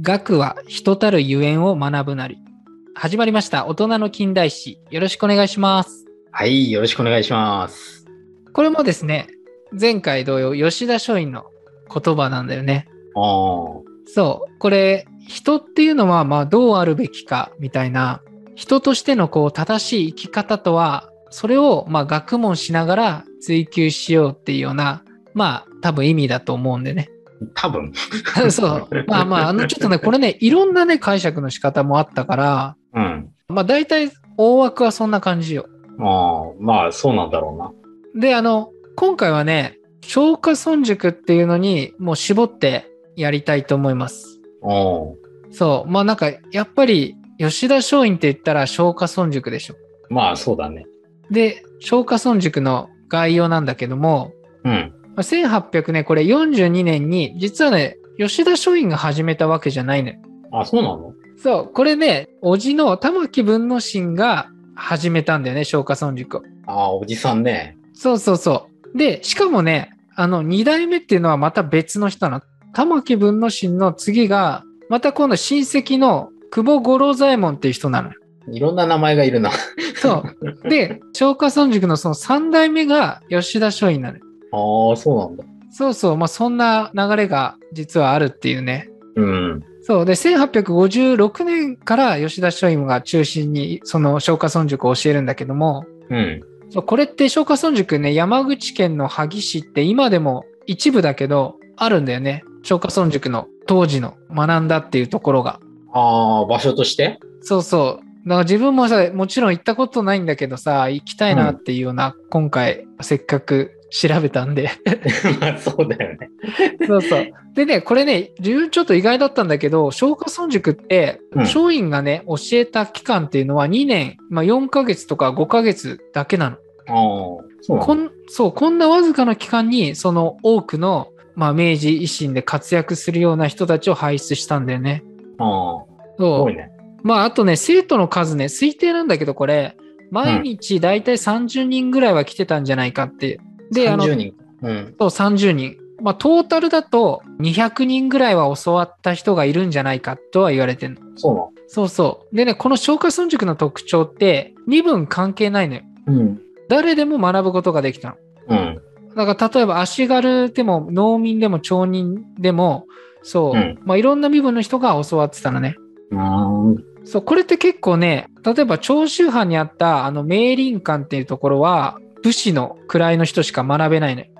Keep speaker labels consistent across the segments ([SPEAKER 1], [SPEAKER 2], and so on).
[SPEAKER 1] 学は人たるゆえんを学ぶなり。始まりました。大人の近代史。よろしくお願いします。
[SPEAKER 2] はい、よろしくお願いします。
[SPEAKER 1] これもですね、前回同様、吉田松陰の言葉なんだよね。
[SPEAKER 2] あー
[SPEAKER 1] そう。これ、人っていうのは、まあ、どうあるべきか、みたいな、人としての、こう、正しい生き方とは、それを、まあ、学問しながら追求しようっていうような、まあ、多分意味だと思うんでね。
[SPEAKER 2] 多分。
[SPEAKER 1] そう。まあまあ、あの、ちょっとね、これね、いろんなね、解釈の仕方もあったから、
[SPEAKER 2] うん。
[SPEAKER 1] まあ、大体、大枠はそんな感じよ。
[SPEAKER 2] ああ、まあ、そうなんだろうな。
[SPEAKER 1] で、あの、今回はね、消化村塾っていうのに、もう絞ってやりたいと思います。
[SPEAKER 2] お
[SPEAKER 1] そう。まあなんか、やっぱり、吉田松陰って言ったら、消化村塾でしょ。
[SPEAKER 2] まあ、そうだね。
[SPEAKER 1] で、消化村塾の概要なんだけども、
[SPEAKER 2] うん。
[SPEAKER 1] まあ1800年、これ42年に、実はね、吉田松陰が始めたわけじゃないのよ。
[SPEAKER 2] あ、そうなの
[SPEAKER 1] そう、これね、おじの玉木文之進が始めたんだよね、消化村塾を。
[SPEAKER 2] ああ、おじさんね。
[SPEAKER 1] そうそうそう。で、しかもね、あの、二代目っていうのはまた別の人なの。玉木文之進の次が、また今度親戚の久保五郎左衛門っていう人なのよ。
[SPEAKER 2] いろんな名前がいるな。あ
[SPEAKER 1] そう。で、松下村塾のその三代目が吉田松陰なのよ。
[SPEAKER 2] あ、そうなんだ。
[SPEAKER 1] そうそう、まあそんな流れが実はあるっていうね。
[SPEAKER 2] うん。
[SPEAKER 1] そう。で、1856年から吉田松陰が中心にその松下村塾を教えるんだけども、
[SPEAKER 2] うん。
[SPEAKER 1] そうこれって松下村塾ね山口県の萩市って今でも一部だけどあるんだよね松下村塾の当時の学んだっていうところが
[SPEAKER 2] ああ、場所として
[SPEAKER 1] そうそうだから自分もさもちろん行ったことないんだけどさ行きたいなっていうような、今回せっかく調べたんで
[SPEAKER 2] まあ、そうだよね。
[SPEAKER 1] そうそうでねこれね自分ちょっと意外だったんだけど松下村塾って
[SPEAKER 2] うん
[SPEAKER 1] 松陰がね教えた期間っていうのは2年、まあ、4ヶ月とか5ヶ月だけなの。
[SPEAKER 2] ああ、そうな
[SPEAKER 1] こ
[SPEAKER 2] の
[SPEAKER 1] んそうこんなわずかな期間にその多くの、まあ、明治維新で活躍するような人たちを輩出したんだよね。
[SPEAKER 2] ああ、す
[SPEAKER 1] そ
[SPEAKER 2] ご
[SPEAKER 1] う
[SPEAKER 2] いね。
[SPEAKER 1] まあ、あとね生徒の数ね推定なんだけどこれ毎日だいたい30人ぐらいは来てたんじゃないかっていう。であの
[SPEAKER 2] 30人。うん。
[SPEAKER 1] そう30人。まあ、トータルだと200人ぐらいは教わった人がいるんじゃないかとは言われてる
[SPEAKER 2] そ
[SPEAKER 1] そうそう。でね、この消化村塾の特徴って身分関係ないのよ。
[SPEAKER 2] うなの。うん。
[SPEAKER 1] 誰でも学ぶことができたの。
[SPEAKER 2] うん。
[SPEAKER 1] だから例えば足軽でも農民でも町人でもそう、
[SPEAKER 2] うん
[SPEAKER 1] まあ、いろんな身分の人が教わってたのね。
[SPEAKER 2] うーん。
[SPEAKER 1] そうこれって結構ね例えば長州藩にあったあの明倫館っていうところは武士の位の人しか学べないのよ。だ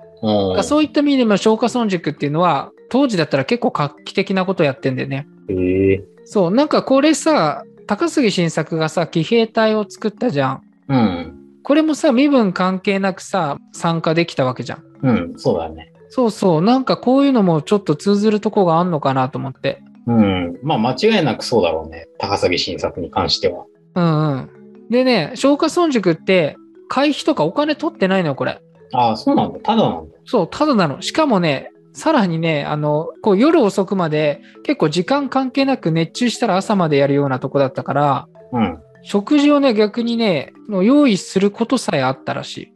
[SPEAKER 1] か
[SPEAKER 2] あ
[SPEAKER 1] らそういった意味でも松下村塾っていうのは当時だったら結構画期的なことやってんだよね。
[SPEAKER 2] う。へえ。
[SPEAKER 1] そうなんかこれさ高杉晋作がさ騎兵隊を作ったじゃん。
[SPEAKER 2] うん。
[SPEAKER 1] これもさ身分関係なくさ参加できたわけじゃん。
[SPEAKER 2] うん。そうだね。
[SPEAKER 1] そうそう。なんかこういうのもちょっと通ずるとこがあんのかなと思って。
[SPEAKER 2] うん。まあ、間違いなくそうだろうね。高崎新作に関しては。
[SPEAKER 1] うんうん。でね、消化村塾って会費とかお金取ってないのよ、これ。
[SPEAKER 2] ああ、そうなんだ。ただなんだ。
[SPEAKER 1] そう、ただなの。しかもね、さらにね、あの、こう夜遅くまで結構時間関係なく熱中したら朝までやるようなとこだったから、
[SPEAKER 2] うん。
[SPEAKER 1] 食事をね、逆にね、の用意することさえあったらし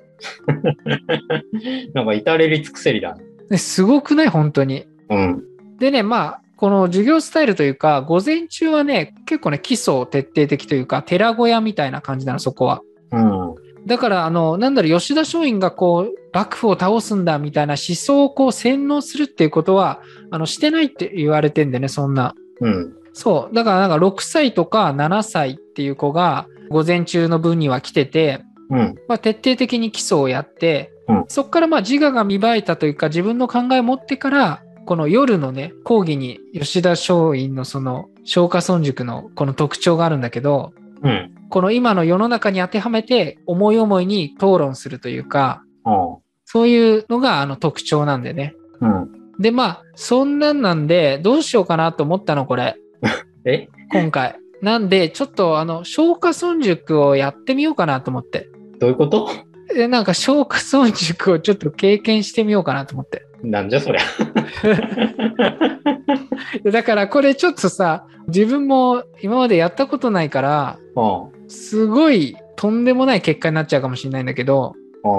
[SPEAKER 2] なんか、至れり尽くせりだね。
[SPEAKER 1] い。ねすごくない本当に。
[SPEAKER 2] うん。
[SPEAKER 1] でね、まあ、この授業スタイルというか、午前中はね、結構ね、基礎を徹底的というか、寺小屋みたいな感じなの、そこは。
[SPEAKER 2] うん。
[SPEAKER 1] だから、あの、なんだろう、吉田松陰がこう、幕府を倒すんだみたいな思想をこう洗脳するっていうことは、あの、してないって言われてんでね、そんな。
[SPEAKER 2] うん。
[SPEAKER 1] そう。だから、なんか6歳とか7歳っていう子が、午前中の分には来てて、
[SPEAKER 2] うん。
[SPEAKER 1] まあ、徹底的に基礎をやって、
[SPEAKER 2] うん
[SPEAKER 1] そこからまあ自我が芽生えたというか自分の考えを持ってからこの夜のね講義に吉田松陰のその松下村塾のこの特徴があるんだけど
[SPEAKER 2] うん。
[SPEAKER 1] この今の世の中に当てはめて思い思いに討論するというか
[SPEAKER 2] あ
[SPEAKER 1] そういうのがあの特徴なんでね。
[SPEAKER 2] あ。うん。
[SPEAKER 1] でまあそんなんなんでどうしようかなと思ったのこれ
[SPEAKER 2] え
[SPEAKER 1] 今回。なんでちょっとあの松下村塾をやってみようかなと思って。
[SPEAKER 2] どういうこと
[SPEAKER 1] えなんか消化村塾をちょっと経験してみようかなと思って。
[SPEAKER 2] なんじゃそりゃ。
[SPEAKER 1] だからこれちょっとさ、自分も今までやったことないから、
[SPEAKER 2] あ
[SPEAKER 1] すごいとんでもない結果になっちゃうかもしれないんだけど、
[SPEAKER 2] あ。あ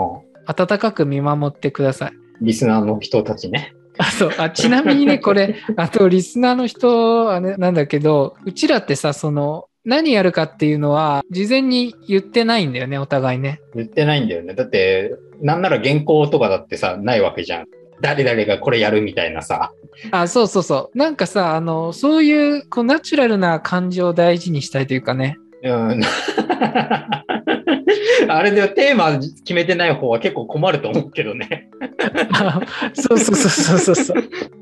[SPEAKER 2] あ。
[SPEAKER 1] 温かく見守ってください。
[SPEAKER 2] リスナーの人たちね。
[SPEAKER 1] あそうあちなみにね、これ、あとリスナーの人あれなんだけど、うちらってさ、その、何やるかっていうのは、事前に言ってないんだよね、お互いね。
[SPEAKER 2] 言ってないんだよね。だって、なんなら原稿とかだってさ、ないわけじゃん。誰々がこれやるみたいなさ。
[SPEAKER 1] あ、そうそうそう。なんかさ、あの、そういう、こう、ナチュラルな感情を大事にしたいというかね。
[SPEAKER 2] うん。 あれでテーマ決めてない方は結構困ると思うけどね。
[SPEAKER 1] あそうそうそうそうそうそう。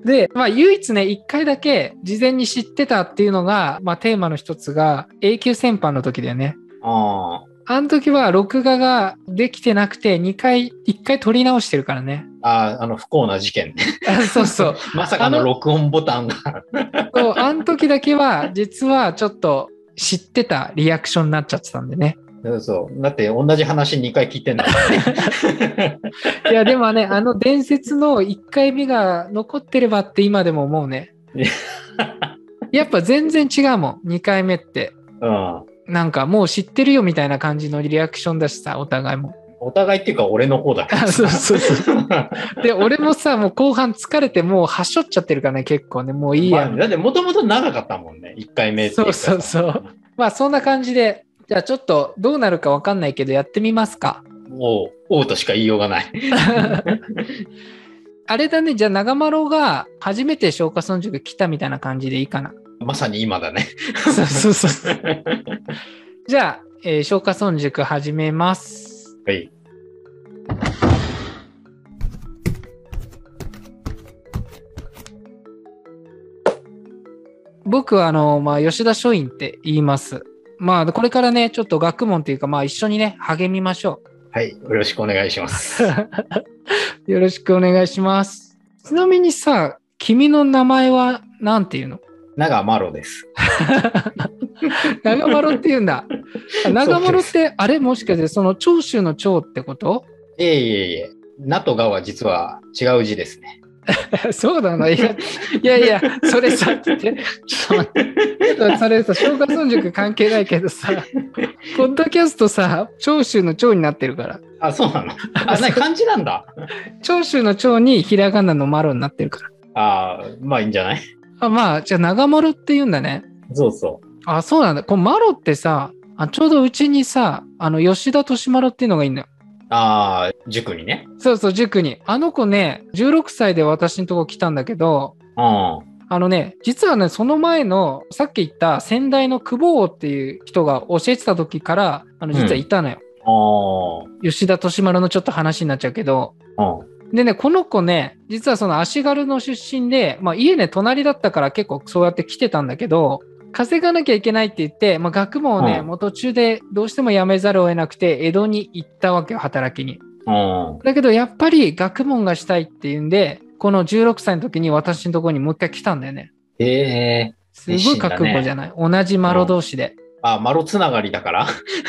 [SPEAKER 1] で、まあ、唯一ね、一回だけ事前に知ってたっていうのが、まあ、テーマの一つが、永久戦犯の時だよね。
[SPEAKER 2] あ
[SPEAKER 1] あの時は、録画ができてなくて、2回、1回撮り直してるからね。
[SPEAKER 2] あ。ああ、あの不幸な事件ね。
[SPEAKER 1] あ そうそう。
[SPEAKER 2] まさか
[SPEAKER 1] あ
[SPEAKER 2] の
[SPEAKER 1] の
[SPEAKER 2] 録音ボタンが。
[SPEAKER 1] そう、あの時だけは、実はちょっと知ってたリアクションになっちゃってたんでね。
[SPEAKER 2] そうそう。だって同じ話2回聞いてんだからね。
[SPEAKER 1] いや、でもね、あの伝説の1回目が残ってればって今でも思うね。やっぱ全然違うもん、2回目って。
[SPEAKER 2] うん。
[SPEAKER 1] なんかもう知ってるよみたいな感じのリアクションだしさ、お互いも。
[SPEAKER 2] お互いっていうか俺の方だけ
[SPEAKER 1] あ
[SPEAKER 2] ど。
[SPEAKER 1] そうそうそ で、俺もさ、もう後半疲れてもうはしょっちゃってるからね、結構ね、もういい
[SPEAKER 2] ま
[SPEAKER 1] や
[SPEAKER 2] あ。だってもともと長かったもんね。1回目っていかさ
[SPEAKER 1] そうそうそう。まあそんな感じで、じゃあちょっとどうなるかわかんないけどやってみますか。
[SPEAKER 2] おう、おうとしか言いようがない。
[SPEAKER 1] あれだね、じゃあ長丸が初めて消化村塾来たみたいな感じでいいかな。
[SPEAKER 2] まさに今だね。
[SPEAKER 1] そうそうそう。 じゃあ、えー、消化村塾始めます。
[SPEAKER 2] はい。
[SPEAKER 1] 僕はあの、まあ、吉田松陰って言います。まあ、これからね、ちょっと学問というか、まあ、一緒にね、励みましょ
[SPEAKER 2] はい。よろしくお願いします。
[SPEAKER 1] う。 よろしくお願いします。ちなみにさ、君の名前は何て言うの
[SPEAKER 2] 長マロです。
[SPEAKER 1] 長丸って言うん だ。あ長丸って、あれもしかして、その長州の長ってこと
[SPEAKER 2] いえいえいえ。なとがは実は違う字ですね。
[SPEAKER 1] そうなのいやいやいや、それさ、ちょっと待って、ちょっとそれさ、消化村塾関係ないけどさ、ポッドキャストさ、長州の長になってるから、
[SPEAKER 2] あ、そうなの。あ、な漢字なんだ。
[SPEAKER 1] 長州の長にひらがなのマロになってるから。
[SPEAKER 2] あーまあいいんじゃない
[SPEAKER 1] あまあ、じゃあ長丸って言うんだね。
[SPEAKER 2] そうそ
[SPEAKER 1] あ、そうなんだ。このマロってさ、あちょうどうちにさ、あの、吉田利丸っていうのがいいんだよ。
[SPEAKER 2] う。ああ、塾にね。
[SPEAKER 1] そうそう、塾に。あの子ね、16歳で私のとこ来たんだけど、
[SPEAKER 2] うん。
[SPEAKER 1] あのね、実はね、その前の、さっき言った先代の久保王っていう人が教えてた時から、あの、実はいたのよ。
[SPEAKER 2] あ
[SPEAKER 1] 吉田利丸のちょっと話になっちゃうけど。
[SPEAKER 2] あ。うん。
[SPEAKER 1] でね、この子ね、実はその足軽の出身で、まあ家ね、隣だったから結構そうやって来てたんだけど、稼がなきゃいけないって言って、まあ学問をね、
[SPEAKER 2] うん
[SPEAKER 1] もう途中でどうしても辞めざるを得なくて、江戸に行ったわけよ、働きに。
[SPEAKER 2] うん。
[SPEAKER 1] だけどやっぱり学問がしたいっていうんで、この16歳の時に私のところにもう一回来たんだよね。
[SPEAKER 2] ええ
[SPEAKER 1] すごい覚悟じゃない、同じマロ同士で。
[SPEAKER 2] あ、マロつながりだから。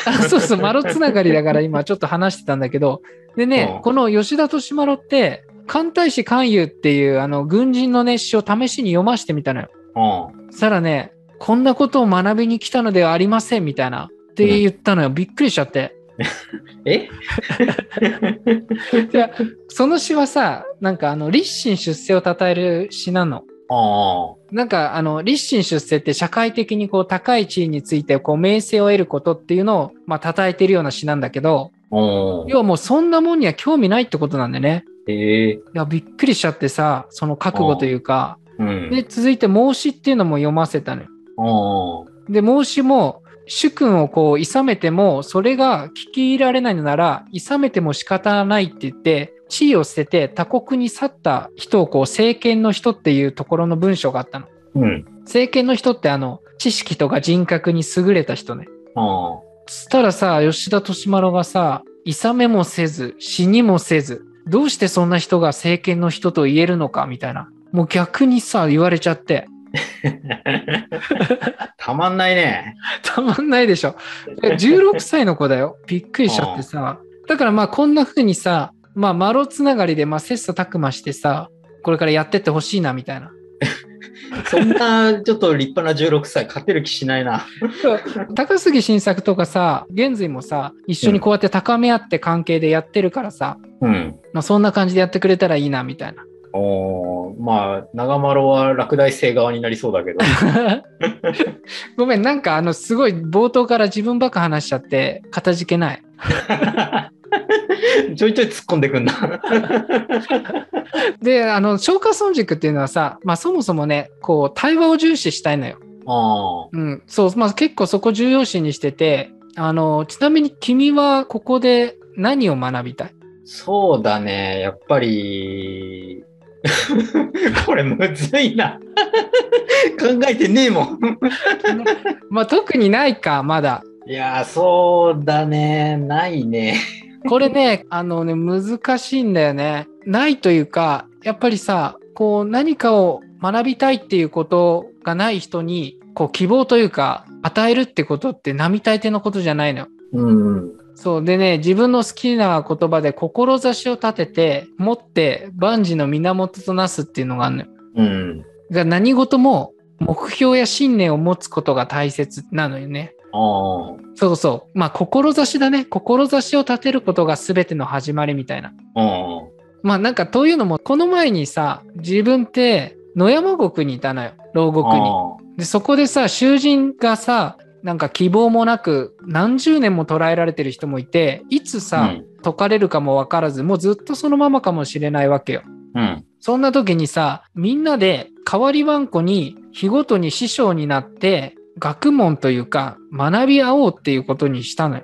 [SPEAKER 1] あそうそう、マロつながりだから今ちょっと話してたんだけど、でね、
[SPEAKER 2] うん
[SPEAKER 1] この吉田利丸って、艦隊士関羽っていうあの軍人の熱詩を試しに読ましてみたのよ。
[SPEAKER 2] うん。
[SPEAKER 1] そしたらね、こんなことを学びに来たのではありませんみたいな。って言ったのよ。びっくりしちゃって。
[SPEAKER 2] え
[SPEAKER 1] でその詩はさ、なんかあの、立身出世を称える詩なの。
[SPEAKER 2] あ
[SPEAKER 1] なんかあの立身出世って社会的にこう高い地位についてこう名声を得ることっていうのをまあ叩いてるような詩なんだけど
[SPEAKER 2] あ。うん。
[SPEAKER 1] 要はもうそんなもんには興味ないってことなんでね
[SPEAKER 2] ええ
[SPEAKER 1] いやびっくりしちゃってさその覚悟というか
[SPEAKER 2] うん。
[SPEAKER 1] で続いて孟子っていうのも読ませたのよ
[SPEAKER 2] う
[SPEAKER 1] で孟子も主君をこう諌めてもそれが聞き入れられないのなら諌めても仕方ないって言って地位を捨てて他国に去った人をこう政権の人っていうところの文章があったの。
[SPEAKER 2] ん。うん。
[SPEAKER 1] 政権の人ってあの知識とか人格に優れた人ね
[SPEAKER 2] あ
[SPEAKER 1] そしたらさ吉田利丸がさ諌めもせず死にもせずどうしてそんな人が政権の人と言えるのかみたいなもう逆にさ言われちゃって
[SPEAKER 2] あ。たまんないね。
[SPEAKER 1] たまんないでしょで16歳の子だよびっくりしちゃってさだからまあこんな風にさまあマロつながりでまあ切磋琢磨してさこれからやってってほしいなみたいな
[SPEAKER 2] そんな、ちょっと立派な16歳、勝てる気しないな。
[SPEAKER 1] 高杉晋作とかさ現在もさ一緒にこうやって高め合って関係でやってるからさ、
[SPEAKER 2] うん。
[SPEAKER 1] まあ、そんな感じでやってくれたらいいなみたいな。
[SPEAKER 2] おおーまあ、長丸は落第生側になりそうだけど。
[SPEAKER 1] ごめん、なんかあの、すごい冒頭から自分ばっか話しちゃって、かたじけない。
[SPEAKER 2] ちょいちょい突っ込んでくんな。
[SPEAKER 1] で、あの、消化損軸っていうのはさ、まあそもそもね、こう、対話を重視したいのよ。
[SPEAKER 2] あ
[SPEAKER 1] うん、そう、まあ結構そこ重要視にしてて、あの、ちなみに君はここで何を学びたい
[SPEAKER 2] そうだね。やっぱり、 これむずいな。 考えてねえもん。
[SPEAKER 1] まあ特にないか、まだ。
[SPEAKER 2] いやー、そうだね。ないね。
[SPEAKER 1] これね、あのね、難しいんだよね。ないというか、やっぱりさ、こう何かを学びたいっていうことがない人に、こう希望というか、与えるってことって並大抵のことじゃないのよ。
[SPEAKER 2] うん。
[SPEAKER 1] そう。でね、自分の好きな言葉で志を立てて、持って万事の源となすっていうのがあるのよ。
[SPEAKER 2] うん。
[SPEAKER 1] が何事も目標や信念を持つことが大切なのよね。
[SPEAKER 2] あ
[SPEAKER 1] そうそう。まあ、志だね。志を立てることが全ての始まりみたいな。
[SPEAKER 2] あ。うん。
[SPEAKER 1] まあなんかというのもこの前にさ自分って野山国にいたのよ牢獄に。でそこでさ囚人がさなんか希望もなく何十年も捕らえられてる人もいていつさ、解かれるかも分からずもうずっとそのままかもしれないわけよ。
[SPEAKER 2] うん。うん。
[SPEAKER 1] そんな時にさみんなで代わりばんこに日ごとに師匠になって学問というか学び合おうっていうことにしたのよ。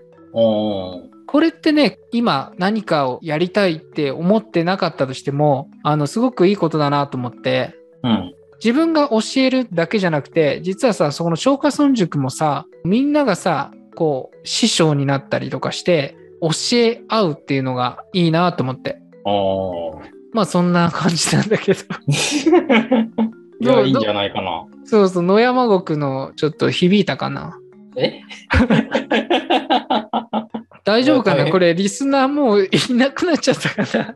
[SPEAKER 2] うん。
[SPEAKER 1] これってね、今何かをやりたいって思ってなかったとしても、あの、すごくいいことだなと思って、
[SPEAKER 2] うん。
[SPEAKER 1] 自分が教えるだけじゃなくて、実はさ、そこの消化村塾もさ、みんながさ、こう、師匠になったりとかして、教え合うっていうのがいいなと思って。
[SPEAKER 2] あ
[SPEAKER 1] まあそんな感じなんだけど。
[SPEAKER 2] あ。い
[SPEAKER 1] ど
[SPEAKER 2] や、
[SPEAKER 1] う
[SPEAKER 2] いいんじゃないかな。
[SPEAKER 1] そうそう、野山国のちょっと響いたかな。
[SPEAKER 2] え
[SPEAKER 1] 大丈夫か
[SPEAKER 2] いや大
[SPEAKER 1] な
[SPEAKER 2] 変
[SPEAKER 1] これ、リスナーもういなくなっちゃったかな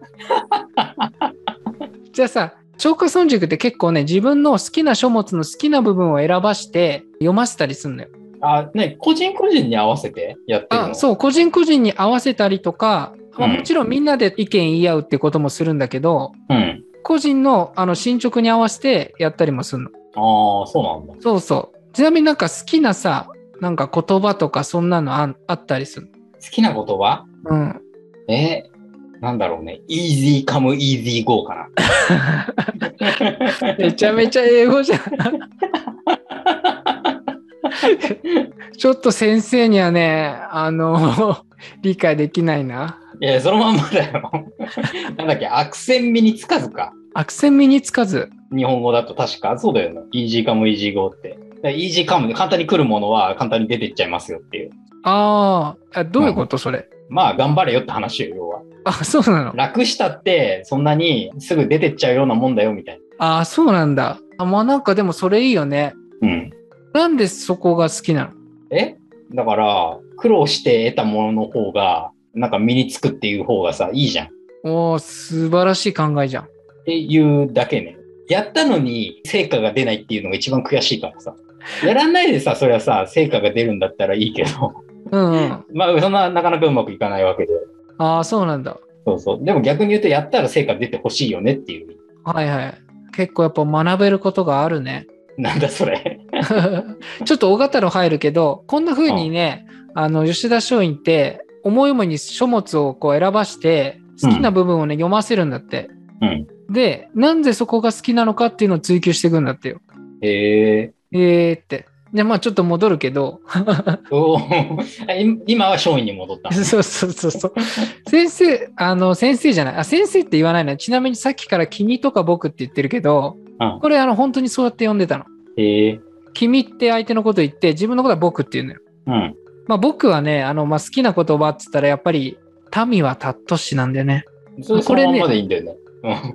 [SPEAKER 1] じゃあさ、超過村塾って結構ね、自分の好きな書物の好きな部分を選ばして読ませたりするのよ。
[SPEAKER 2] あ、ね、個人個人に合わせてやってるの
[SPEAKER 1] あそう、個人個人に合わせたりとか、まあ
[SPEAKER 2] うん
[SPEAKER 1] もちろんみんなで意見言い合うってこともするんだけど、
[SPEAKER 2] うん。
[SPEAKER 1] 個人のあの進捗に合わせてやったりもするの。
[SPEAKER 2] ああ、そうなんだ。
[SPEAKER 1] そうそう。ちなみになんか好きなさ、なんか言葉とかそんなのあんあったりする
[SPEAKER 2] 好きな言葉
[SPEAKER 1] の。うん。
[SPEAKER 2] えなんだろうね。easy come, easy go かな。
[SPEAKER 1] めちゃめちゃ英語じゃん。ちょっと先生にはね、あの、 理解できないな。
[SPEAKER 2] いや、そのまんまだよ。なんだっけ、悪戦身につかずか。
[SPEAKER 1] 悪戦身につかず。
[SPEAKER 2] 日本語だと確か、そうだよね。easy come, easy go って。だ easy come で簡単に来るものは簡単に出てっちゃいますよっていう。
[SPEAKER 1] あーあ、どういうことそれ。
[SPEAKER 2] まあ、頑張れよって話よ、要は。
[SPEAKER 1] あ、そうなの。
[SPEAKER 2] 楽したって、そんなにすぐ出てっちゃうようなもんだよ、みたい
[SPEAKER 1] ああ、そうなんだ。あまあなんかでもそれいいよね。
[SPEAKER 2] な。うん。
[SPEAKER 1] なんでそこが好きなの
[SPEAKER 2] えだから、苦労して得たものの方が、なんか身につくっていう方がさ、いいじゃん。っ
[SPEAKER 1] おー素晴らしい考えじゃん。
[SPEAKER 2] ていうだけね。やったのに成果が出ないっていうのが一番悔しいからさ。やらないでさ、それはさ、成果が出るんだったらいいけど、
[SPEAKER 1] うん、うん。
[SPEAKER 2] まあ、そんな、なかなかうまくいかないわけで。
[SPEAKER 1] ああ、そうなんだ。
[SPEAKER 2] そうそう。でも逆に言うと、やったら成果出てほしいよねっていう。
[SPEAKER 1] はいはい。結構やっぱ学べることがあるね。
[SPEAKER 2] なんだそれ。
[SPEAKER 1] ちょっと大型の入るけど、こんな風にね、あの、吉田松陰って、思い思いに書物をこう選ばして、好きな部分をね、読ませるんだって。
[SPEAKER 2] うん。
[SPEAKER 1] で、なんでそこが好きなのかっていうのを追求していくんだってよ。
[SPEAKER 2] へえ。
[SPEAKER 1] えーって。で、まあちょっと戻るけど、
[SPEAKER 2] おー今は松陰に戻 っ た。
[SPEAKER 1] そうそうそうそう。先生、あの、先生じゃない。あ、先生って言わないな。ちなみにさっきから君とか僕って言ってるけど、
[SPEAKER 2] うん
[SPEAKER 1] これあの、本当にそうやって読んでたの。
[SPEAKER 2] へえ。
[SPEAKER 1] 君って相手のこと言って、自分のことは僕って言うのよ。
[SPEAKER 2] うん。
[SPEAKER 1] まあ、僕はね、あの、まあ、好きな言葉って言ったら、やっぱり、民はたっとしなんだよね。
[SPEAKER 2] それ
[SPEAKER 1] こ
[SPEAKER 2] そ
[SPEAKER 1] れね
[SPEAKER 2] のまんまでいいんだよね。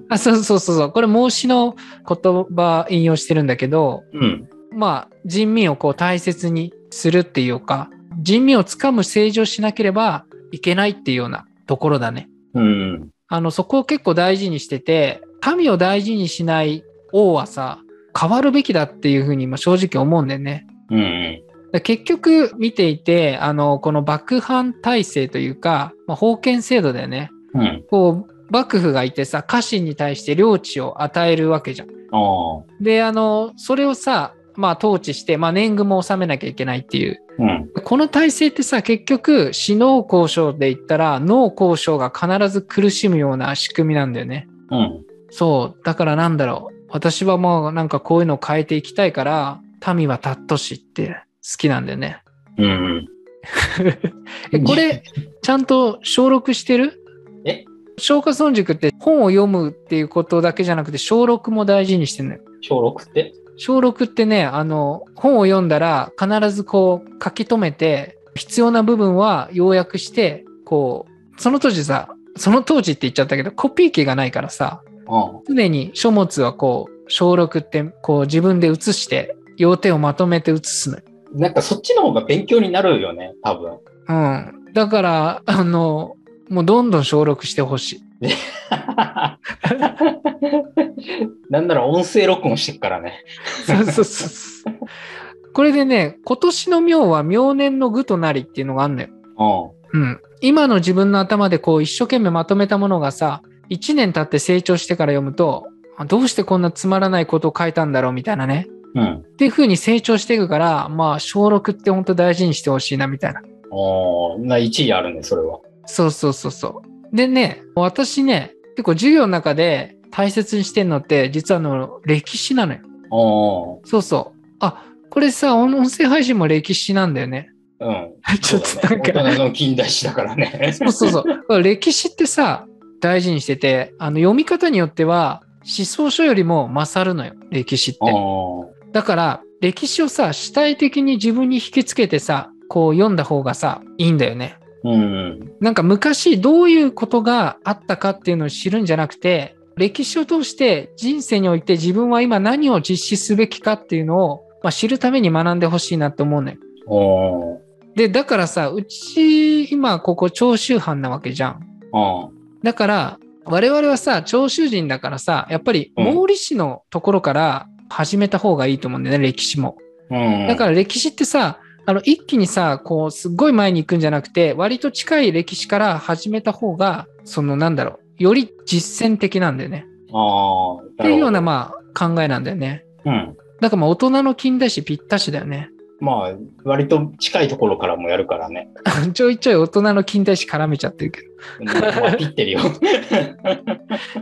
[SPEAKER 1] あ、そうそうそうそう。これ、孟子の言葉引用してるんだけど、
[SPEAKER 2] うん。うん。
[SPEAKER 1] まあ、人民をこう大切にするっていうか、人民をつかむ政治をしなければいけないっていうようなところだね。
[SPEAKER 2] うん。
[SPEAKER 1] あの、そこを結構大事にしてて、民を大事にしない王はさ、変わるべきだっていうふうに、まあ、正直思うんだよね。
[SPEAKER 2] うんうん。
[SPEAKER 1] だから結局見ていて、あの、この幕藩体制というか、まあ、封建制度だよね。
[SPEAKER 2] うん。
[SPEAKER 1] こう、幕府がいてさ家臣に対して領地を与えるわけじゃん。
[SPEAKER 2] ああ。
[SPEAKER 1] であのそれをさまあ統治して、まあ、年貢も納めなきゃいけないっていう
[SPEAKER 2] うん。
[SPEAKER 1] この体制ってさ結局死農交渉で言ったら農交渉が必ず苦しむような仕組みなんだよね。
[SPEAKER 2] うん。
[SPEAKER 1] そうだからなんだろう私はもうなんかこういうのを変えていきたいから民はたっとしって好きなんだよね。
[SPEAKER 2] うん。
[SPEAKER 1] えこれちゃんと小録してる
[SPEAKER 2] え
[SPEAKER 1] 消化村塾って本を読むっていうことだけじゃなくて小録も大事にしてるのよ。
[SPEAKER 2] 小6って
[SPEAKER 1] 小6ってねあの本を読んだら必ずこう書き留めて必要な部分は要約してこうその当時さその当時って言っちゃったけどコピー機がないからさ
[SPEAKER 2] うん。
[SPEAKER 1] 常に書物はこう小6ってこう自分で写して要点をまとめて写すのよ。
[SPEAKER 2] なんかそっちの方が勉強になるよね、多 分。
[SPEAKER 1] うん、だからあのもうどんどん小6してほしい。
[SPEAKER 2] なんなら音声録音してっからね。
[SPEAKER 1] そうそうそうそう。これでね今年の妙は明年の具となりっていうのがあるのよ。
[SPEAKER 2] う
[SPEAKER 1] うん、今の自分の頭でこう一生懸命まとめたものがさ1年経って成長してから読むとあどうしてこんなつまらないことを書いたんだろうみたいなね
[SPEAKER 2] ん。うん。
[SPEAKER 1] っていう風に成長していくからまあ小6って本当大事にしてほしいなみたいな
[SPEAKER 2] おーな、1位あるね、それは。
[SPEAKER 1] そうそうそうそうでね私ね結構授業の中で大切にしてんのって実はあの歴史なのよ
[SPEAKER 2] おー
[SPEAKER 1] そうそうあこれさ音声配信も歴史なんだよね
[SPEAKER 2] うん。
[SPEAKER 1] ちょっとなんか
[SPEAKER 2] そうだね大人の近代史だか らね。
[SPEAKER 1] そうそうそう。だから歴史ってさ、大事にしてて、あの読み方によっては、思想書よりも勝るのよ、歴史って。
[SPEAKER 2] おー
[SPEAKER 1] だから、歴史をさ、主体的に自分に引きつけてさ、こう読んだ方がさ、いいんだよね。
[SPEAKER 2] うん。
[SPEAKER 1] なんか昔どういうことがあったかっていうのを知るんじゃなくて、歴史を通して人生において自分は今何を実施すべきかっていうのを、まあ、知るために学んでほしいなって思うのよ。
[SPEAKER 2] おー
[SPEAKER 1] で、だからさ、うち今ここ長州藩なわけじゃん。
[SPEAKER 2] うん。
[SPEAKER 1] だから我々はさ長州人だからさやっぱり
[SPEAKER 2] うん
[SPEAKER 1] 毛利氏のところから始めた方がいいと思うんだよね、歴史も。
[SPEAKER 2] うん。、
[SPEAKER 1] だからら歴史ってさあの一気にさこうすっごい前に行くんじゃなくて割と近い歴史から始めた方がそのなんだろうより実践的なんだよね。
[SPEAKER 2] ああ。っ
[SPEAKER 1] っていうようなまあ考えなんだよね。
[SPEAKER 2] うん。
[SPEAKER 1] だからまあ大人の近代史ぴったしだよね。
[SPEAKER 2] まあ、割と近いところからもやるから ね。
[SPEAKER 1] ちょいちょい大人の近代史絡めちゃってるけど。
[SPEAKER 2] まあ、ピッてるよ。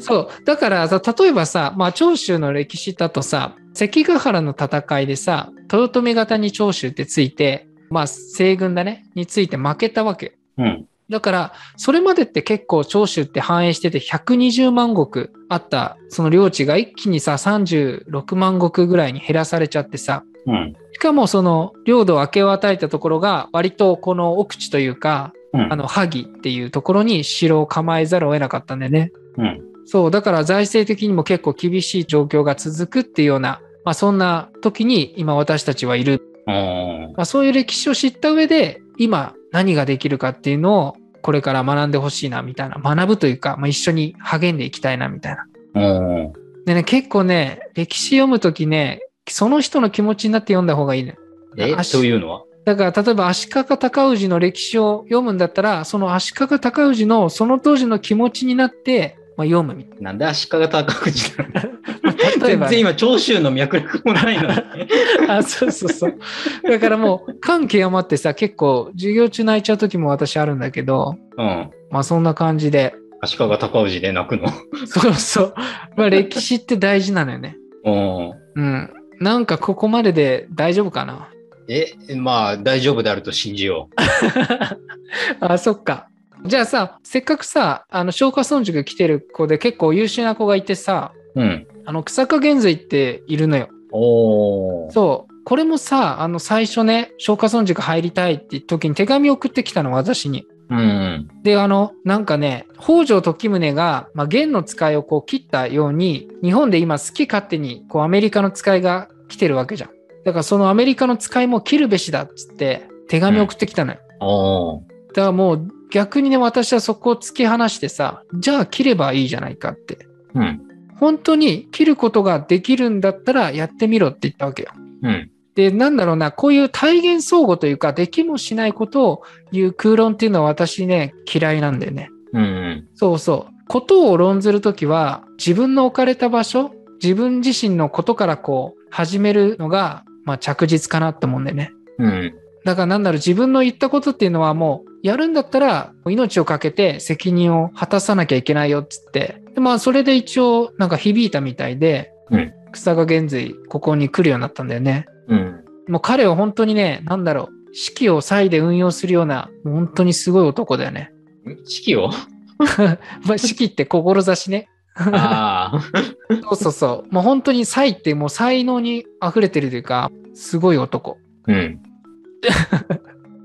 [SPEAKER 1] そう。だからさ、例えばさ、まあ、長州の歴史だとさ、関ヶ原の戦いでさ、豊臣方に長州ってついて、まあ、西軍だね、について負けたわけ。
[SPEAKER 2] うん。
[SPEAKER 1] だから、それまでって結構長州って繁栄してて120万石あった、その領地が一気にさ、36万石ぐらいに減らされちゃってさ、
[SPEAKER 2] うん。
[SPEAKER 1] しかもその領土を明け渡えたところが割とこの奥地というか、
[SPEAKER 2] うん。
[SPEAKER 1] あの、萩っていうところに城を構えざるを得なかったんだよね。
[SPEAKER 2] うん。
[SPEAKER 1] そう、だから財政的にも結構厳しい状況が続くっていうような、まあ、そんな時に今私たちはいる。
[SPEAKER 2] うん。
[SPEAKER 1] まあ、そういう歴史を知った上で、今何ができるかっていうのをこれから学んでほしいなみたいな、学ぶというか、まあ、一緒に励んでいきたいなみたいな。
[SPEAKER 2] うん。
[SPEAKER 1] でね、結構ね、歴史読むときね、その人の気持ちになって読んだ方がいいの、よ
[SPEAKER 2] え、
[SPEAKER 1] 足
[SPEAKER 2] そういうのは
[SPEAKER 1] だから例えば足利尊氏の歴史を読むんだったら、その足利尊氏のその当時の気持ちになって、まあ、読むみたい
[SPEAKER 2] なんで足利高口 なの
[SPEAKER 1] な。例え
[SPEAKER 2] 全
[SPEAKER 1] ばね
[SPEAKER 2] 然今、長州の脈絡もないのに。
[SPEAKER 1] あそうそうそう。だからもう、感極まってさ、結構、授業中泣いちゃう時も私あるんだけど、
[SPEAKER 2] うん。
[SPEAKER 1] まあそんな感じで、
[SPEAKER 2] 足利高氏で泣くの。
[SPEAKER 1] そうそう。まあ歴史って大事なのよね。
[SPEAKER 2] うん。
[SPEAKER 1] うん。なんかここまでで大丈夫かな。
[SPEAKER 2] え、まあ、大丈夫であると信じよう。
[SPEAKER 1] あ、そっか。じゃあさ、せっかくさ、あの、消化村塾来てる子で結構優秀な子がいてさ、
[SPEAKER 2] うん。
[SPEAKER 1] あの、草加玄瑞っているのよ。
[SPEAKER 2] おー。
[SPEAKER 1] そう。これもさ、あの、最初ね、消化村塾入りたいって時に手紙送ってきたの、私に。
[SPEAKER 2] うん。
[SPEAKER 1] であのなんかね北条時宗が、まあ、元の使いをこう切ったように日本で今好き勝手にこうアメリカの使いが来てるわけじゃんだからそのアメリカの使いも切るべしだっつって手紙送ってきたのよ、
[SPEAKER 2] おー。
[SPEAKER 1] だからもう逆にね私はそこを突き放してさじゃあ切ればいいじゃないかって
[SPEAKER 2] うん。
[SPEAKER 1] 本当に切ることができるんだったらやってみろって言ったわけよ
[SPEAKER 2] うん。
[SPEAKER 1] でなんだろうなこういう体現相互というかできもしないことを言う空論っていうのは私ね嫌いなんだよね
[SPEAKER 2] うん。
[SPEAKER 1] そうそう。ことを論ずるときは、自分の置かれた場所、自分自身のことからこう、始めるのが、まあ着実かなと思うんだよね。
[SPEAKER 2] うん。
[SPEAKER 1] だからなんだろう、自分の言ったことっていうのはもう、やるんだったら、命を懸けて責任を果たさなきゃいけないよっつって。でまあ、それで一応、なんか響いたみたいで、
[SPEAKER 2] うん
[SPEAKER 1] 草賀玄瑞、ここに来るようになったんだよね。
[SPEAKER 2] うん。
[SPEAKER 1] もう彼は本当にね、なんだろう、四季を割いで運用するような、もう本当にすごい男だよね。
[SPEAKER 2] 四季を
[SPEAKER 1] まあ、四季って志ね。
[SPEAKER 2] あ
[SPEAKER 1] そ
[SPEAKER 2] あ。
[SPEAKER 1] うそうそう。もう本当に才ってもう才能に溢れてるというか、すごい男。
[SPEAKER 2] うん。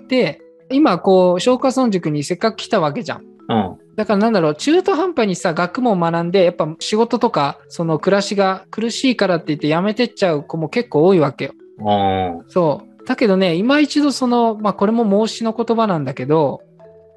[SPEAKER 1] で、今こう、昇華村塾にせっかく来たわけじゃん。
[SPEAKER 2] うん。
[SPEAKER 1] だからなんだろう、中途半端にさ、学問を学んで、やっぱ仕事とか、その暮らしが苦しいからって言って辞めてっちゃう子も結構多いわけよ。
[SPEAKER 2] うん。
[SPEAKER 1] そう。だけどね、今一度その、まあこれも孟子の言葉なんだけど、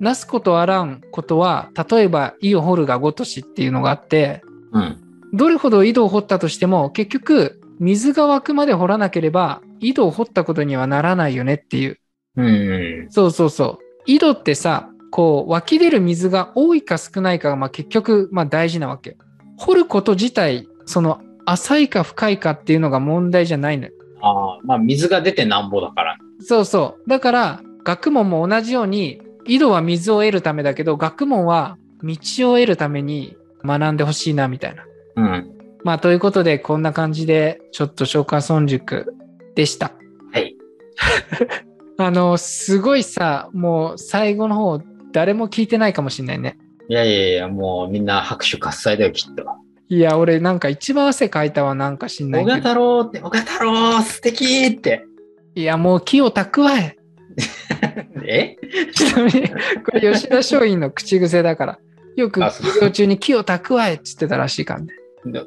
[SPEAKER 1] なすことあらんことは、例えば、意を掘るがごとしっていうのがあって、
[SPEAKER 2] うん。
[SPEAKER 1] どれほど井戸を掘ったとしても、結局、水が湧くまで掘らなければ、井戸を掘ったことにはならないよねっていう。
[SPEAKER 2] うん。
[SPEAKER 1] そうそうそう。井戸ってさ、こう、湧き出る水が多いか少ないかが、まあ結局、まあ大事なわけ。掘ること自体、その、浅いか深いかっていうのが問題じゃないのよ。
[SPEAKER 2] ああ。まあ、水が出てなんぼだから。
[SPEAKER 1] そうそう。だから、学問も同じように、井戸は水を得るためだけど、学問は道を得るために学んでほしいな、みたいな。
[SPEAKER 2] うん。
[SPEAKER 1] まあ、ということで、こんな感じで、ちょっと消化村塾でした。
[SPEAKER 2] はい。
[SPEAKER 1] あの、すごいさ、もう最後の方、誰も聞いてないかもしれないね。
[SPEAKER 2] いやいやいや、もうみんな拍手喝采だよ、きっと。
[SPEAKER 1] いや、俺なんか一番汗かいたわ、なんか知んな
[SPEAKER 2] 小
[SPEAKER 1] いけど。
[SPEAKER 2] 賀太郎って、小賀太郎素敵って。
[SPEAKER 1] いや、もう木を蓄え。
[SPEAKER 2] え
[SPEAKER 1] ちなみに、これ吉田松陰の口癖だから。よく
[SPEAKER 2] あそう
[SPEAKER 1] 授業中に木を蓄えって言ってたらしいからね。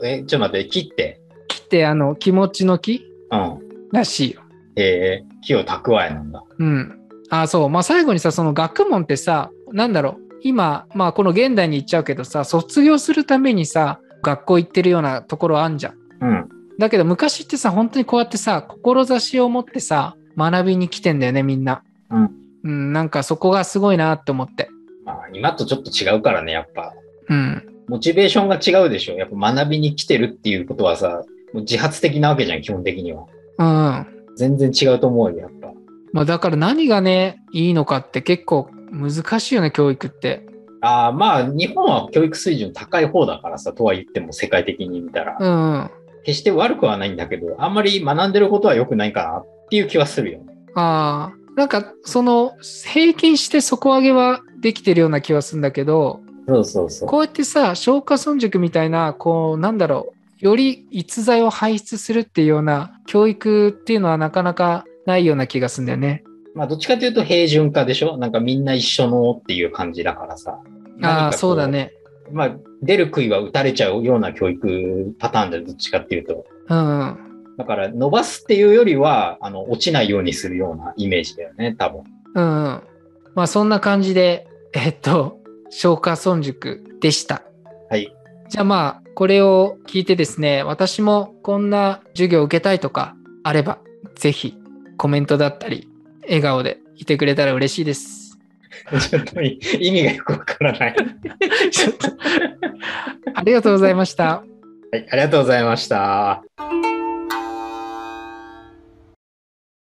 [SPEAKER 2] え、ちょっと待って、木って。
[SPEAKER 1] 木ってあの、気持ちの木
[SPEAKER 2] うん。
[SPEAKER 1] らしいよ。
[SPEAKER 2] えー、木を蓄えなんだ。
[SPEAKER 1] うん。あ、そう。まあ、最後にさ、その学問ってさ、なんだろう。今、まあ、この現代に行っちゃうけどさ、卒業するためにさ、学校行ってるようなところあんじゃん。
[SPEAKER 2] うん。
[SPEAKER 1] だけど昔ってさ、本当にこうやってさ、志を持ってさ、学びに来てんだよね、みんな。
[SPEAKER 2] うん。
[SPEAKER 1] うん、なんかそこがすごいなって思って。
[SPEAKER 2] まあ、今とちょっと違うからね、やっぱ。
[SPEAKER 1] うん。
[SPEAKER 2] モチベーションが違うでしょ。やっぱ学びに来てるっていうことはさ、もう自発的なわけじゃん、基本的には。
[SPEAKER 1] うん。
[SPEAKER 2] 全然違うと思うよ、やっぱ。
[SPEAKER 1] まあ、だから何がね、いいのかって結構難しいよね、教育って。
[SPEAKER 2] ああ、まあ、日本は教育水準高い方だからさ、とは言っても世界的に見たら、
[SPEAKER 1] うん、うん。
[SPEAKER 2] 決して悪くはないんだけど、あんまり学んでることは良くないかなっていう気はするよね。
[SPEAKER 1] ああ、なんかその平均して底上げはできてるような気はするんだけど、
[SPEAKER 2] そうそうそう。
[SPEAKER 1] こうやってさ、消化村塾みたいな、こうなんだろう、より逸材を輩出するっていうような教育っていうのはなかなかないような気がするんだよね。
[SPEAKER 2] まあ、どっちかというと平準化でしょなんかみんな一緒のっていう感じだからさ。
[SPEAKER 1] あ
[SPEAKER 2] 何か
[SPEAKER 1] あ、
[SPEAKER 2] こ
[SPEAKER 1] そうだ。ね。
[SPEAKER 2] まあ、出る杭は打たれちゃうような教育パターンでどっちかっていうと。
[SPEAKER 1] うん。
[SPEAKER 2] だから、伸ばすっていうよりは、あの、落ちないようにするようなイメージだよね、多分。
[SPEAKER 1] うんうん。まあそんな感じで、えっと、消化村塾でした。
[SPEAKER 2] はい。
[SPEAKER 1] じゃあまあ、これを聞いてですね、私もこんな授業を受けたいとかあれば、ぜひコメントだったり、笑顔でいてくれたら嬉しいです。
[SPEAKER 2] ちょっと意味がよくわからない。
[SPEAKER 1] ありがとうございました。
[SPEAKER 2] はい、ありがとうございました。